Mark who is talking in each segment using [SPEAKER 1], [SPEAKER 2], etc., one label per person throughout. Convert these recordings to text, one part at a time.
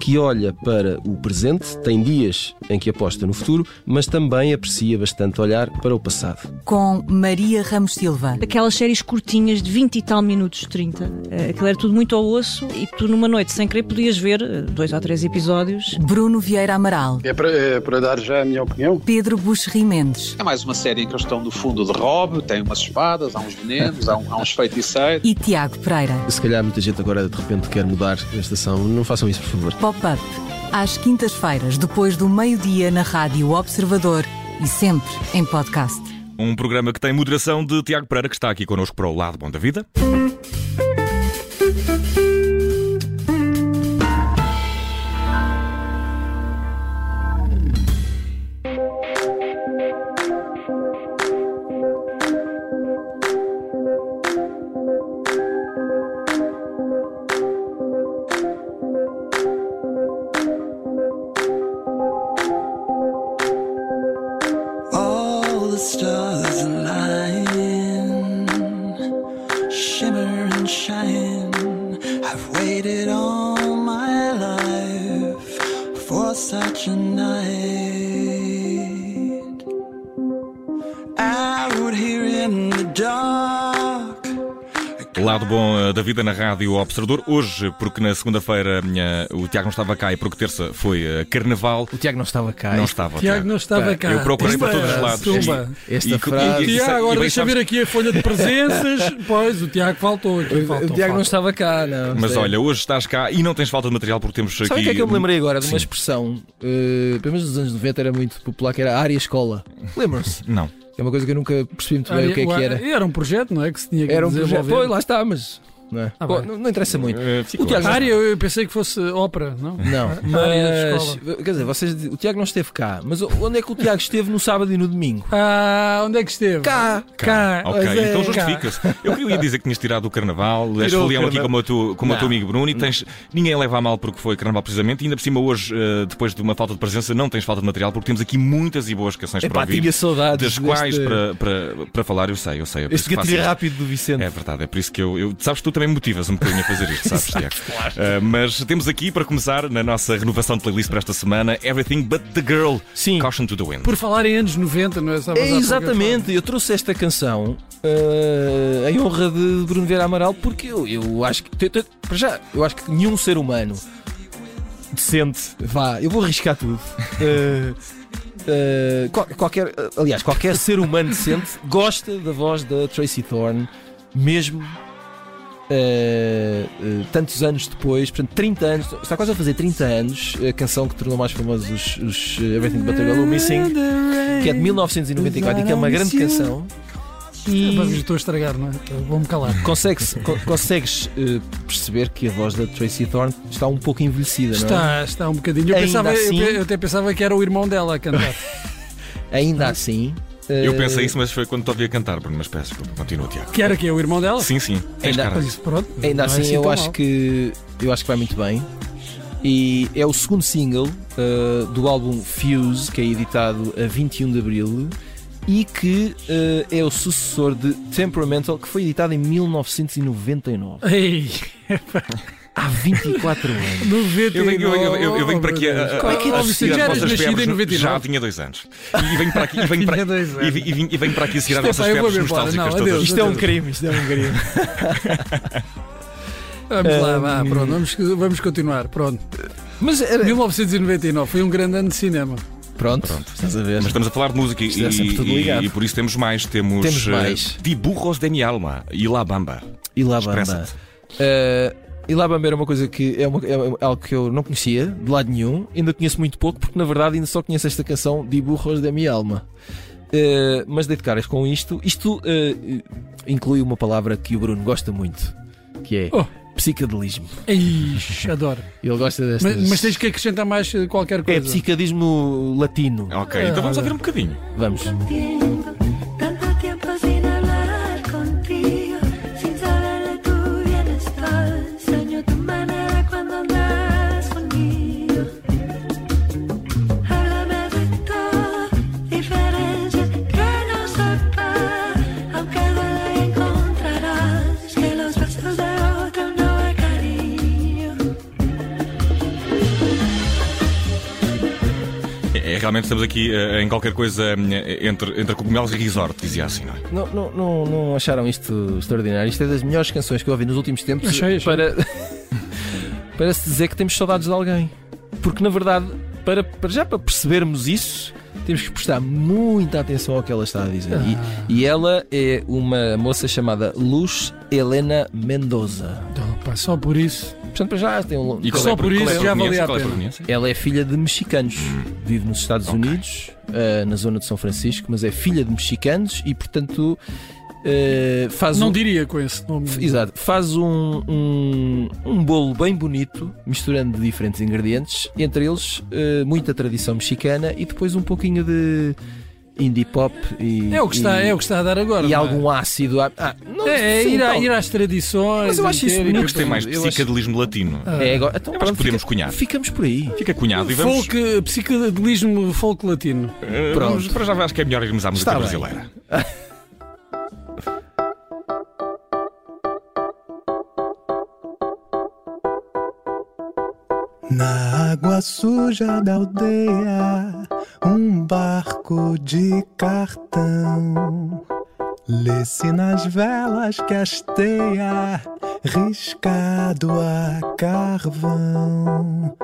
[SPEAKER 1] que olha para o presente, tem dias em que aposta no futuro, mas também aprecia bastante olhar para o passado.
[SPEAKER 2] com Maria Ramos Silva.
[SPEAKER 3] Aquelas séries curtinhas de 20 e tal minutos, 30. Eh, Aquilo era tudo muito ao osso e tu numa noite sem querer podias ver eh, dois ou três episódios.
[SPEAKER 2] Bruno Vieira Amaral.
[SPEAKER 4] É para, é para dar já a minha opinião?
[SPEAKER 2] Pedro Buxerri Mendes.
[SPEAKER 5] É mais uma série em que eles estão no fundo de Rob, tem umas espadas, há uns venenos, há, um- há uns feiticeiros.
[SPEAKER 2] E Tiago Pereira.
[SPEAKER 1] Se calhar muita gente agora de repente quer mudar a estação. Não façam isso, por favor.
[SPEAKER 2] Pop-up. Às quintas-feiras, depois do meio-dia, na Rádio Observador e sempre em podcast.
[SPEAKER 6] Um programa que tem moderação de Tiago Pereira, que está aqui connosco para o Lado Bom da Vida.
[SPEAKER 7] All the stars align, shimmer and shine. I've waited all my life for such a night. Out here in the dark.
[SPEAKER 6] Lado Bom eh, da Vida na Rádio Observador. Hoje, porque na segunda-feira eh, o Tiago não estava cá e porque terça foi eh, Carnaval.
[SPEAKER 8] O Tiago não estava cá.
[SPEAKER 6] Não estava.
[SPEAKER 9] Tiago não estava cá.
[SPEAKER 6] Eu procurei para todos os
[SPEAKER 9] Tumba,
[SPEAKER 6] lados.
[SPEAKER 9] tumba.
[SPEAKER 6] E-
[SPEAKER 8] Esta
[SPEAKER 6] e- e-
[SPEAKER 8] frase-
[SPEAKER 6] e- e-
[SPEAKER 9] Tiago,
[SPEAKER 6] e-
[SPEAKER 9] agora
[SPEAKER 6] e-
[SPEAKER 9] deixa
[SPEAKER 6] sabes-
[SPEAKER 9] ver aqui a folha de presenças. pois, o Tiago faltou aqui.
[SPEAKER 8] O
[SPEAKER 9] Faltou,
[SPEAKER 8] Tiago não
[SPEAKER 9] faltou.
[SPEAKER 8] estava cá, não. é-
[SPEAKER 6] Mas
[SPEAKER 8] Sei.
[SPEAKER 6] olha, hoje estás cá e não tens falta de material porque temos aqui.
[SPEAKER 8] Sabe o que é que eu me lembrei agora de uma
[SPEAKER 6] Sim.
[SPEAKER 8] expressão, eh, pelo menos nos anos 90 era muito popular, que era a área escola. Lembram-se?
[SPEAKER 6] Não.
[SPEAKER 8] É uma coisa que eu nunca percebi muito bem o que é que era.
[SPEAKER 9] um projeto, não é? Que se tinha que
[SPEAKER 8] Era um projeto.
[SPEAKER 9] desenvolver.
[SPEAKER 8] Pois, lá está, mas. Não, é?
[SPEAKER 9] Ah,
[SPEAKER 8] Bom,
[SPEAKER 9] bem.
[SPEAKER 8] não, não interessa muito.
[SPEAKER 6] Eh,
[SPEAKER 8] O Tiago
[SPEAKER 9] A
[SPEAKER 8] não-
[SPEAKER 9] área, eu pensei que fosse ópera, não?
[SPEAKER 8] Não,
[SPEAKER 9] área da
[SPEAKER 8] mas.
[SPEAKER 9] escola.
[SPEAKER 8] Quer dizer, vocês, o Tiago não esteve cá, mas onde é que o Tiago esteve no sábado e no domingo?
[SPEAKER 9] Ah, onde é que esteve?
[SPEAKER 8] Cá!
[SPEAKER 9] Cá.
[SPEAKER 6] Ok,
[SPEAKER 9] Pois é,
[SPEAKER 6] então
[SPEAKER 9] cá.
[SPEAKER 6] justifica-se. Eu queria dizer que tinhas tirado o carnaval, és
[SPEAKER 8] Tirou o
[SPEAKER 6] folião aqui
[SPEAKER 8] carnaval.
[SPEAKER 6] como o teu, como o teu
[SPEAKER 8] Não.
[SPEAKER 6] amigo Bruno e tens. Ninguém leva a mal porque foi carnaval precisamente, e ainda por cima hoje, eh, depois de uma falta de presença, não tens falta de material porque temos aqui muitas e boas canções para
[SPEAKER 8] Epá,
[SPEAKER 6] ouvir.
[SPEAKER 8] tinha saudades.
[SPEAKER 6] Das quais
[SPEAKER 8] deste-
[SPEAKER 6] para, para, para falar, eu sei, eu sei. é por isso
[SPEAKER 8] Este
[SPEAKER 6] que
[SPEAKER 8] gatilho
[SPEAKER 6] faço isto.
[SPEAKER 8] rápido do Vicente.
[SPEAKER 6] É verdade, é por isso que eu, eu- Sabes, tu também me motivas um bocadinho a fazer isto, sabes, Tiago? Ah, mas temos aqui, para começar, na nossa renovação de playlist para esta semana, Everything But the Girl,
[SPEAKER 8] Sim.
[SPEAKER 6] Caution to the Wind.
[SPEAKER 9] Por falar em anos 90, não é? Estavas
[SPEAKER 8] É,
[SPEAKER 9] há pouco a
[SPEAKER 8] exatamente, eu trouxe esta canção eh, em honra de Bruno Vieira Amaral porque eu, eu acho que te- te- para já, eu acho que nenhum ser humano decente, vá, eu vou arriscar tudo. Eh, eh, qual- qualquer, aliás, qualquer ser humano decente gosta da voz da Tracy Thorne, mesmo eh, eh, tantos anos depois, portanto, 30 anos, está quase a fazer 30 anos, a canção que tornou mais famosos os, os eh, Everything But the Girl, o Missing que é de 1994 e que é uma grande canção.
[SPEAKER 9] falar. Mas
[SPEAKER 8] E
[SPEAKER 9] estou a estragar, não é? Eu Vou-me calar.
[SPEAKER 8] consegues, co- consegues eh, perceber que a voz da Tracy Thorne está um pouco envelhecida, não
[SPEAKER 9] Está, está um bocadinho. Eu,
[SPEAKER 8] Ainda
[SPEAKER 9] pensava, eu
[SPEAKER 8] assim-
[SPEAKER 9] pe- eu até pensava que era o irmão dela a cantar.
[SPEAKER 8] é? Ainda assim.
[SPEAKER 6] Eu
[SPEAKER 8] eh,
[SPEAKER 6] pensei isso, mas foi quando te ouvi a cantar, Bruno, mas peço, desculpa, continua, Tiago.
[SPEAKER 9] que era que é o irmão dela?
[SPEAKER 6] Sim, sim, tens
[SPEAKER 8] Ainda-
[SPEAKER 6] cara.
[SPEAKER 9] Mas isso, pronto.
[SPEAKER 8] Ainda
[SPEAKER 9] não é
[SPEAKER 8] assim, eu
[SPEAKER 9] tão
[SPEAKER 8] acho
[SPEAKER 9] mal.
[SPEAKER 8] que eu acho que vai muito bem. E é o segundo single eh, do álbum Fuse, que é editado a 21 de Abril e que eh, é o sucessor de Temperamental, que foi editado em 1999.
[SPEAKER 9] Ei,
[SPEAKER 8] Há 24 anos.
[SPEAKER 9] 99.
[SPEAKER 6] Eu venho, eu, eu- eu- eu venho para aqui a, a,
[SPEAKER 9] Qual é que
[SPEAKER 6] a-
[SPEAKER 9] é
[SPEAKER 6] a-
[SPEAKER 9] o
[SPEAKER 6] seguir
[SPEAKER 9] Já
[SPEAKER 6] as
[SPEAKER 9] eras
[SPEAKER 6] vossas
[SPEAKER 9] nascido
[SPEAKER 6] febres.
[SPEAKER 9] em
[SPEAKER 6] no-
[SPEAKER 9] 99?
[SPEAKER 6] Já tinha dois anos. E venho para aqui, e venho para,
[SPEAKER 9] Tinha dois
[SPEAKER 6] e, vi- e vim, e venho para aqui seguir as
[SPEAKER 9] Isto
[SPEAKER 6] vossas
[SPEAKER 9] é pá, eu vou
[SPEAKER 6] febres
[SPEAKER 9] me embora.
[SPEAKER 6] nostálgicas
[SPEAKER 9] Não,
[SPEAKER 6] todas.
[SPEAKER 9] adeus.
[SPEAKER 8] Isto é um crime, isto é um crime.
[SPEAKER 9] Vamos lá, vá,
[SPEAKER 8] Hum.
[SPEAKER 9] pronto, vamos, vamos continuar. Pronto.
[SPEAKER 8] Mas era,
[SPEAKER 9] 1999 foi um grande ano de cinema.
[SPEAKER 8] Pronto, estás a ver.
[SPEAKER 6] Mas estamos a falar de música e,
[SPEAKER 8] Isto é sempre tudo
[SPEAKER 6] e-
[SPEAKER 8] ligado.
[SPEAKER 6] e por isso temos mais. Temos,
[SPEAKER 8] Temos
[SPEAKER 6] eh,
[SPEAKER 8] mais.
[SPEAKER 6] Di Burros de Mi Alma e La Bamba.
[SPEAKER 8] E lá bamba.
[SPEAKER 6] Expressa-te.
[SPEAKER 8] Eh, e lá bamba era uma coisa que é, uma- é algo que eu não conhecia, de lado nenhum. Ainda conheço muito pouco, porque na verdade ainda só conheço esta canção de Burros da Minha Alma. Eh, mas dei de caras com isto. Isto eh, inclui uma palavra que o Bruno gosta muito, que é
[SPEAKER 9] Oh.
[SPEAKER 8] psicadelismo.
[SPEAKER 9] Ixi, adoro.
[SPEAKER 8] Ele gosta destas.
[SPEAKER 9] Mas, mas tens que acrescentar mais eh, qualquer
[SPEAKER 8] É
[SPEAKER 9] coisa.
[SPEAKER 8] psicadelismo latino.
[SPEAKER 6] Ok,
[SPEAKER 9] Ah.
[SPEAKER 6] então vamos ouvir um bocadinho.
[SPEAKER 8] Vamos.
[SPEAKER 10] tiempo, tanto tiempo sin hablar contigo, sin saber de tu bienestar. Sueño tu manera cuando andas conmigo. Háblame de todo, diferencia que no sepa. Aunque duela y encontrarás que los besos de otro no hay cariño.
[SPEAKER 6] É, realmente estamos aqui eh, em qualquer coisa eh, entre, entre cogumelos e resort, dizia assim, não é?
[SPEAKER 8] Não, não, não, não acharam isto extraordinário? Isto é das melhores canções que eu ouvi nos últimos tempos
[SPEAKER 9] Achei, achei.
[SPEAKER 8] para para se dizer que temos saudades de alguém. Porque na verdade, para, para já para percebermos isso, temos que prestar muita atenção ao que ela está a dizer. E-
[SPEAKER 9] Ah.
[SPEAKER 8] E, ela é uma moça chamada Luz Helena Mendoza.
[SPEAKER 9] Então, pá, só por isso.
[SPEAKER 8] Portanto, para já tem um longo.
[SPEAKER 6] E qual
[SPEAKER 9] Só
[SPEAKER 6] é, a-
[SPEAKER 9] por
[SPEAKER 6] qual
[SPEAKER 9] isso
[SPEAKER 6] é
[SPEAKER 9] já
[SPEAKER 6] proveniência?
[SPEAKER 9] valia a
[SPEAKER 6] Qual é
[SPEAKER 9] pena.
[SPEAKER 6] proveniência?
[SPEAKER 8] Ela é filha de mexicanos,
[SPEAKER 9] Hum.
[SPEAKER 8] vive nos Estados Unidos, ah, na zona de São Francisco, mas é filha de mexicanos e, portanto, ah, faz
[SPEAKER 9] Não
[SPEAKER 8] um...
[SPEAKER 9] diria com esse nome.
[SPEAKER 8] F- Exato, faz um, um, um bolo bem bonito, misturando diferentes ingredientes, entre eles eh, muita tradição mexicana e depois um pouquinho de indie pop e,
[SPEAKER 9] É o que está,
[SPEAKER 8] e,
[SPEAKER 9] é o que está a dar agora.
[SPEAKER 8] e
[SPEAKER 9] não é?
[SPEAKER 8] algum ácido. à- Ah, não,
[SPEAKER 9] É, é
[SPEAKER 8] sim,
[SPEAKER 9] ir, a-
[SPEAKER 8] tal.
[SPEAKER 9] ir às tradições.
[SPEAKER 8] Mas eu acho isso
[SPEAKER 9] meter-
[SPEAKER 8] bonito.
[SPEAKER 6] Eu gostei mais de
[SPEAKER 8] Eu acho-
[SPEAKER 6] psicadelismo latino.
[SPEAKER 9] Ah.
[SPEAKER 8] É, agora, então,
[SPEAKER 6] Eu acho
[SPEAKER 8] pronto,
[SPEAKER 6] que podemos cunhar.
[SPEAKER 8] fica- ficamos por aí.
[SPEAKER 6] Fica cunhado e vamos.
[SPEAKER 9] Folk, eh, psicodelismo folk latino.
[SPEAKER 6] eh,
[SPEAKER 8] pronto.
[SPEAKER 6] vamos- para já acho que é melhor irmos à música
[SPEAKER 8] Está bem.
[SPEAKER 6] brasileira.
[SPEAKER 7] Na água suja da aldeia, um barco de cartão. Lê-se nas velas que hasteia, riscado a carvão.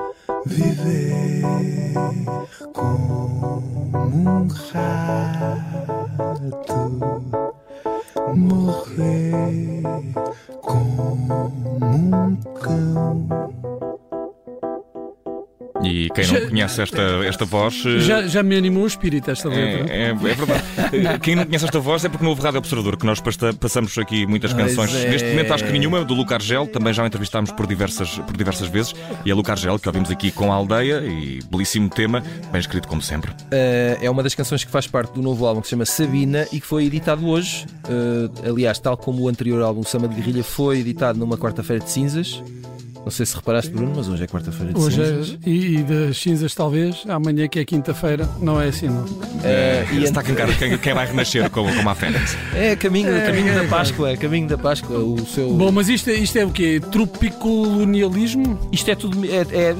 [SPEAKER 7] Viver como um rato, morrer como um cão.
[SPEAKER 6] E quem não conhece esta, esta voz. eh,
[SPEAKER 9] Já, já me animou o espírito
[SPEAKER 8] eh,
[SPEAKER 9] esta letra.
[SPEAKER 6] É, é- é verdade. Eh, Quem não conhece esta voz é porque não houve Rádio Observador, que nós pasta- passamos aqui muitas canções.
[SPEAKER 8] Pois é.
[SPEAKER 6] Neste momento, acho que nenhuma, do Luca Argel, também já o entrevistámos por diversas, por diversas vezes. E é Luca Argel, que ouvimos aqui com a aldeia, e belíssimo tema, bem escrito como sempre.
[SPEAKER 8] Eh, é uma das canções que faz parte do novo álbum que se chama Sabina e que foi editado hoje. Eh, aliás, tal como o anterior álbum Samba de Guerrilha foi editado numa quarta-feira de cinzas. Não sei se reparaste, Bruno, mas hoje é quarta-feira de
[SPEAKER 9] Hoje
[SPEAKER 8] cinzas.
[SPEAKER 9] é- e, e das cinzas, talvez, amanhã que é quinta-feira, não é assim, não.
[SPEAKER 8] Eh, e
[SPEAKER 6] Está
[SPEAKER 8] ent-
[SPEAKER 6] a cantar quem, quem vai renascer como, como a Fênix.
[SPEAKER 8] É caminho, caminho
[SPEAKER 9] é,
[SPEAKER 8] da Páscoa, caminho da Páscoa, o seu.
[SPEAKER 9] Bom, mas isto, é- isto é o quê? Tropicolonialismo?
[SPEAKER 8] isto é tudo é, é,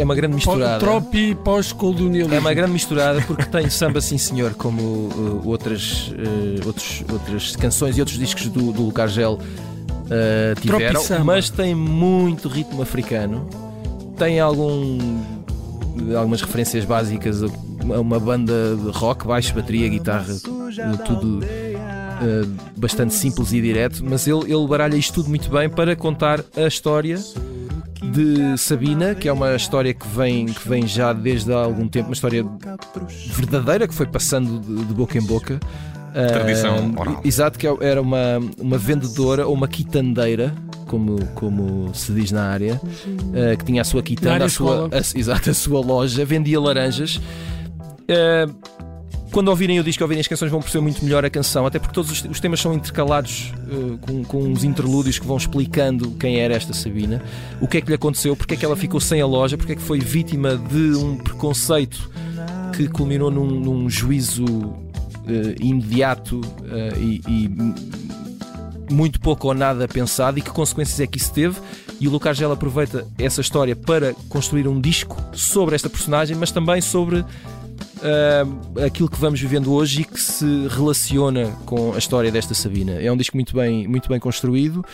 [SPEAKER 8] é uma grande misturada.
[SPEAKER 9] Tropi pós-colonialismo.
[SPEAKER 8] É uma grande misturada porque tem samba sim senhor, como uh, outras, uh, outros- outras canções e outros discos do, do Cargel uh, tiveram,
[SPEAKER 9] Tropi-samba.
[SPEAKER 8] mas tem muito ritmo africano, tem algum algumas referências básicas a a uma banda de rock, baixo, bateria, guitarra, tudo uh, bastante simples e direto, mas ele, ele baralha isto tudo muito bem para contar a história de Sabina, que é uma história que vem, que vem já desde há algum tempo, uma história verdadeira que foi passando de, de boca em boca.
[SPEAKER 6] Tradição
[SPEAKER 8] Ah,
[SPEAKER 6] oral.
[SPEAKER 8] Exato, que era uma, uma vendedora ou uma quitandeira, como, como se diz na área, ah, que tinha a sua
[SPEAKER 9] Na
[SPEAKER 8] quitanda,
[SPEAKER 9] área
[SPEAKER 8] a sua,
[SPEAKER 9] escola.
[SPEAKER 8] a- exato, a sua loja, vendia laranjas. Ah, quando ouvirem o disco, ouvirem as canções, vão perceber muito melhor a canção, até porque todos os, os temas são intercalados eh, com, com uns interlúdios que vão explicando quem era esta Sabina, o que é que lhe aconteceu, porque é que ela ficou sem a loja, porque é que foi vítima de um preconceito que culminou num, num juízo eh, imediato eh, e- e m- muito pouco ou nada pensado e que consequências é que isso teve. E o Lucas Gel aproveita essa história para construir um disco sobre esta personagem, mas também sobre ah, aquilo que vamos vivendo hoje e que se relaciona com a história desta Sabina. É um disco muito bem, muito bem construído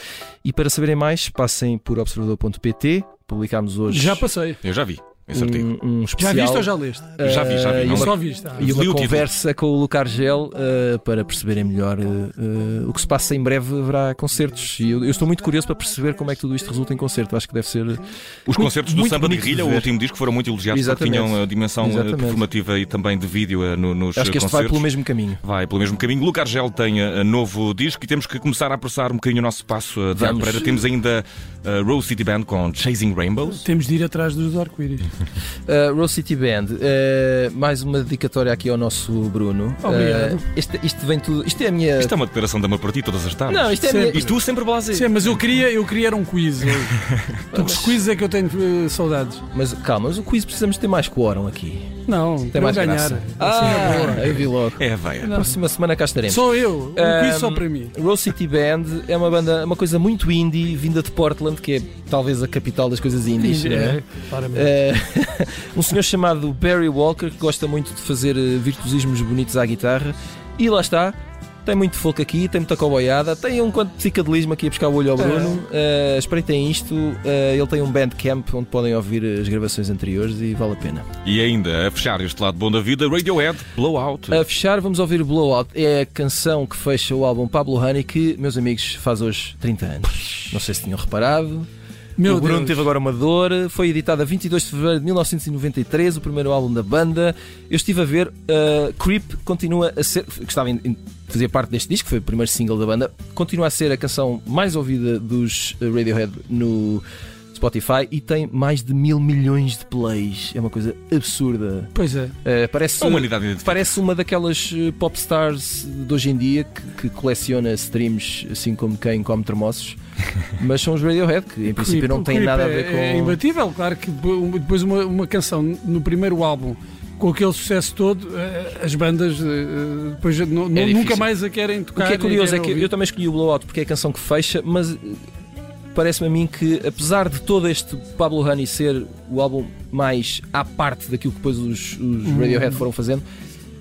[SPEAKER 8] e para saberem mais, passem por observador.pt. Publicámos hoje
[SPEAKER 9] Já passei.
[SPEAKER 6] Eu já vi é esse artigo.
[SPEAKER 8] um, um
[SPEAKER 9] Já
[SPEAKER 8] especial.
[SPEAKER 9] viste ou já leste?
[SPEAKER 8] ah,
[SPEAKER 6] Já vi, já vi.
[SPEAKER 8] e
[SPEAKER 6] Não
[SPEAKER 8] uma-
[SPEAKER 9] Só viste. ah.
[SPEAKER 8] e
[SPEAKER 6] Li o
[SPEAKER 8] uma
[SPEAKER 6] título.
[SPEAKER 8] conversa com o Lucar Gel eh, para perceberem melhor eh, eh, o que se passa. Em breve haverá concertos e eu, eu estou muito curioso para perceber como é que tudo isto resulta em concerto. Acho que deve ser.
[SPEAKER 6] Os
[SPEAKER 8] muito-
[SPEAKER 6] concertos do
[SPEAKER 8] muito
[SPEAKER 6] Samba de
[SPEAKER 8] bonito
[SPEAKER 6] Guerrilha,
[SPEAKER 8] de
[SPEAKER 6] o
[SPEAKER 8] ver.
[SPEAKER 6] último disco, foram muito elogiados porque
[SPEAKER 8] Exatamente.
[SPEAKER 6] tinham a dimensão eh,
[SPEAKER 8] Exatamente.
[SPEAKER 6] performativa e também de vídeo eh, no- nos
[SPEAKER 8] Acho que este
[SPEAKER 6] concertos.
[SPEAKER 8] vai pelo mesmo caminho.
[SPEAKER 6] Vai pelo mesmo caminho. Luca Argel tem uh, novo disco e temos que começar a apressar um bocadinho o nosso passo. Uh, Tiago
[SPEAKER 8] Vamos.
[SPEAKER 6] Pereira. Temos ainda uh, Rose City Band com Chasing Rainbows.
[SPEAKER 9] Temos de ir atrás dos arco-íris.
[SPEAKER 8] Uh, Rose City Band, eh, mais uma dedicatória aqui ao nosso Bruno.
[SPEAKER 9] Obrigado.
[SPEAKER 8] Eh, este- isto vem tudo. Isto é a minha.
[SPEAKER 6] Isto é uma declaração de amor para ti todas as tardes.
[SPEAKER 8] Não, isto é a minha.
[SPEAKER 6] E tu sempre blasé.
[SPEAKER 9] Sim, mas eu queria, eu queria era um quiz. hoje. Então, que quiz é que eu tenho eh, saudades?
[SPEAKER 8] Mas calma, mas o quiz precisamos ter mais quórum aqui.
[SPEAKER 9] Não,
[SPEAKER 8] Tem
[SPEAKER 9] eu
[SPEAKER 8] mais
[SPEAKER 9] ganhar.
[SPEAKER 8] graça.
[SPEAKER 9] Assim é boa.
[SPEAKER 8] Ah, eu vi logo.
[SPEAKER 6] É, vai.
[SPEAKER 8] Próxima semana cá estaremos.
[SPEAKER 9] Sou eu, o quiz
[SPEAKER 8] Ahm,
[SPEAKER 9] só para mim.
[SPEAKER 8] Rose City Band é uma banda, uma coisa muito indie, vinda de Portland, que é talvez a capital das coisas indies. não é?
[SPEAKER 9] É, claramente.
[SPEAKER 8] Eh, um senhor chamado Barry Walker, que gosta muito de fazer eh, virtuosismos bonitos à guitarra, e lá está. Tem muito folk aqui, tem muita coboiada, tem um quanto de psicadelismo aqui a buscar o olho ao
[SPEAKER 9] É.
[SPEAKER 8] Bruno. Eh, espreitem isto, eh, ele tem um bandcamp onde podem ouvir as gravações anteriores e vale a pena.
[SPEAKER 6] E ainda, a fechar este lado bom da vida, Radiohead, Blowout.
[SPEAKER 8] A fechar, vamos ouvir Blowout, é a canção que fecha o álbum Pablo Honey, que, meus amigos, faz hoje 30 anos. Não sei se tinham reparado,
[SPEAKER 9] Meu
[SPEAKER 8] o Bruno
[SPEAKER 9] Deus.
[SPEAKER 8] teve agora uma dor, foi editado a 22 de fevereiro de 1993, o primeiro álbum da banda. Eu estive a ver, uh, Creep continua a ser, que estava em, em- fazia parte deste disco, foi o primeiro single da banda, continua a ser a canção mais ouvida dos uh, Radiohead no Spotify e tem mais de mil milhões de plays. É uma coisa absurda.
[SPEAKER 9] Pois é.
[SPEAKER 8] Uh, parece
[SPEAKER 6] A humanidade identifica.
[SPEAKER 8] Parece uma daquelas eh, popstars de hoje em dia que, que coleciona streams assim como quem come termossos, mas são os Radiohead, que em princípio
[SPEAKER 9] Creep.
[SPEAKER 8] não
[SPEAKER 9] O
[SPEAKER 8] têm
[SPEAKER 9] Creep
[SPEAKER 8] nada a
[SPEAKER 9] é-
[SPEAKER 8] ver com.
[SPEAKER 9] É imbatível, claro que bo- um, depois uma, uma canção no primeiro álbum com aquele sucesso todo, eh, as bandas eh, depois não- não-
[SPEAKER 8] É difícil.
[SPEAKER 9] nunca mais a querem
[SPEAKER 8] O
[SPEAKER 9] tocar.
[SPEAKER 8] que é
[SPEAKER 9] nem
[SPEAKER 8] curioso é
[SPEAKER 9] querem
[SPEAKER 8] que
[SPEAKER 9] ouvir.
[SPEAKER 8] eu também escolhi o Blowout porque é a canção que fecha, mas eh, parece-me a mim que, apesar de todo este Pablo Honey ser o álbum mais à parte daquilo que depois os, os
[SPEAKER 9] Hum.
[SPEAKER 8] Radiohead foram fazendo,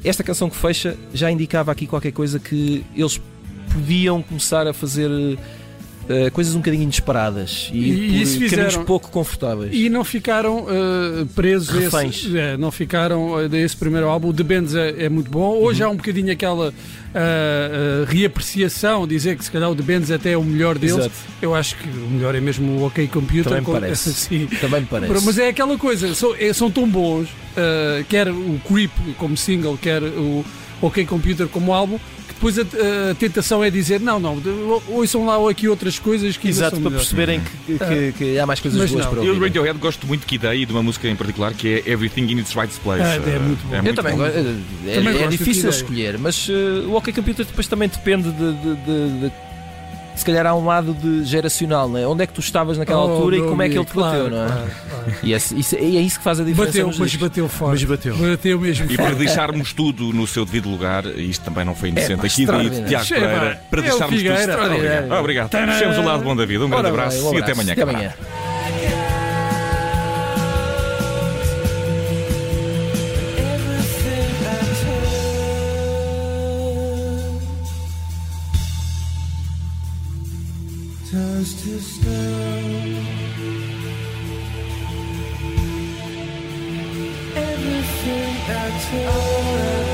[SPEAKER 8] esta canção que fecha já indicava aqui qualquer coisa que eles podiam começar a fazer. eh, coisas um bocadinho inesperadas e,
[SPEAKER 9] E
[SPEAKER 8] por
[SPEAKER 9] isso
[SPEAKER 8] caminhos
[SPEAKER 9] fizeram.
[SPEAKER 8] pouco confortáveis.
[SPEAKER 9] E não ficaram eh, presos a
[SPEAKER 8] Reféns.
[SPEAKER 9] esse, é, não ficaram eh, a esse primeiro álbum. O The Bands é, é muito bom. Hoje
[SPEAKER 8] Uhum.
[SPEAKER 9] há um bocadinho aquela ah, ah, reapreciação, dizer que se calhar o The Bands até é o melhor deles.
[SPEAKER 8] Exato.
[SPEAKER 9] Eu acho que o melhor é mesmo o OK Computer.
[SPEAKER 8] Também me
[SPEAKER 9] com-
[SPEAKER 8] parece.
[SPEAKER 9] Sim.
[SPEAKER 8] Também me parece.
[SPEAKER 9] Mas é aquela coisa, são, é- são tão bons, ah, quer o Creep como single, quer o OK Computer como álbum, que depois a, a tentação é dizer: não, não, de- ouçam lá aqui outras coisas que ainda
[SPEAKER 8] Exato,
[SPEAKER 9] são
[SPEAKER 8] para
[SPEAKER 9] melhores." Ah.
[SPEAKER 8] perceberem que, que- que há mais coisas
[SPEAKER 9] Mas
[SPEAKER 8] boas
[SPEAKER 9] não.
[SPEAKER 8] para
[SPEAKER 6] Eu do
[SPEAKER 8] ouvir.
[SPEAKER 6] Radiohead gosto muito de que ideia e de uma música em particular que é Everything in its Right Place.
[SPEAKER 9] Ah, é muito bom. Eu
[SPEAKER 6] muito
[SPEAKER 8] também,
[SPEAKER 6] bom.
[SPEAKER 8] gosto. é,
[SPEAKER 9] Também
[SPEAKER 8] é
[SPEAKER 9] gosto de
[SPEAKER 8] difícil
[SPEAKER 9] ideia.
[SPEAKER 8] escolher, mas eh, o OK Computer depois também depende de, de- de- de- Se calhar há um lado de geracional, não é? onde é que tu estavas naquela
[SPEAKER 9] Oh,
[SPEAKER 8] altura e
[SPEAKER 9] meu
[SPEAKER 8] como é que ele te
[SPEAKER 9] amigo,
[SPEAKER 8] bateu,
[SPEAKER 9] claro,
[SPEAKER 8] não é?
[SPEAKER 9] claro, claro.
[SPEAKER 8] E é, isso, é isso que faz a diferença.
[SPEAKER 9] Bateu,
[SPEAKER 8] nos
[SPEAKER 9] mas
[SPEAKER 8] discos.
[SPEAKER 9] bateu fora.
[SPEAKER 8] Mas bateu.
[SPEAKER 9] Bateu mesmo
[SPEAKER 6] E
[SPEAKER 9] fora.
[SPEAKER 6] para deixarmos tudo no seu devido lugar, isto também não foi indecente.
[SPEAKER 8] pá,
[SPEAKER 6] Aqui de
[SPEAKER 8] É extraordinário.
[SPEAKER 6] Tiago
[SPEAKER 9] Chega,
[SPEAKER 6] Pereira, para
[SPEAKER 9] é o
[SPEAKER 6] deixarmos tudo.
[SPEAKER 9] Figueira,
[SPEAKER 6] Extraordinário.
[SPEAKER 8] extraordinário.
[SPEAKER 6] Obrigado. Fechamos o lado bom da vida. Um grande
[SPEAKER 8] Ora bem,
[SPEAKER 6] abraço,
[SPEAKER 8] um
[SPEAKER 6] e até amanhã.
[SPEAKER 8] Até
[SPEAKER 6] camarada.
[SPEAKER 8] amanhã.
[SPEAKER 7] Everything I've heard turns to stone. Everything I told.